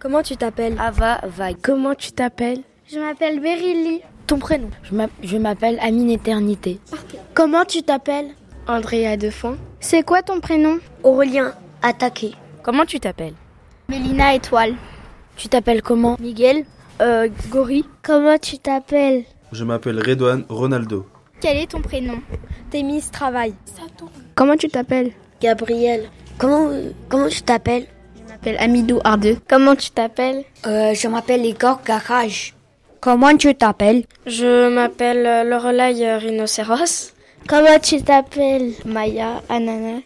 Comment tu t'appelles Ah, Ava Vague. Comment tu t'appelles Je m'appelle Berili. Ton prénom Je m'appelle Amine Éternité. Comment tu t'appelles Andrea Defont. C'est quoi ton prénom Aurélien Attaqué. Comment tu t'appelles Mélina Étoile. Tu t'appelles comment Miguel Euh, Gori. Comment tu t'appelles Je m'appelle Redouane Ronaldo. Quel est ton prénom Thémis Travail. Comment tu t'appelles Gabriel. Comment, euh, comment tu t'appelles Je m'appelle Amidou Ardeux. Comment tu t'appelles euh, Je m'appelle Igor Garage. Comment tu t'appelles Je m'appelle Lorelai Rhinocéros. Comment tu t'appelles Maya Anana.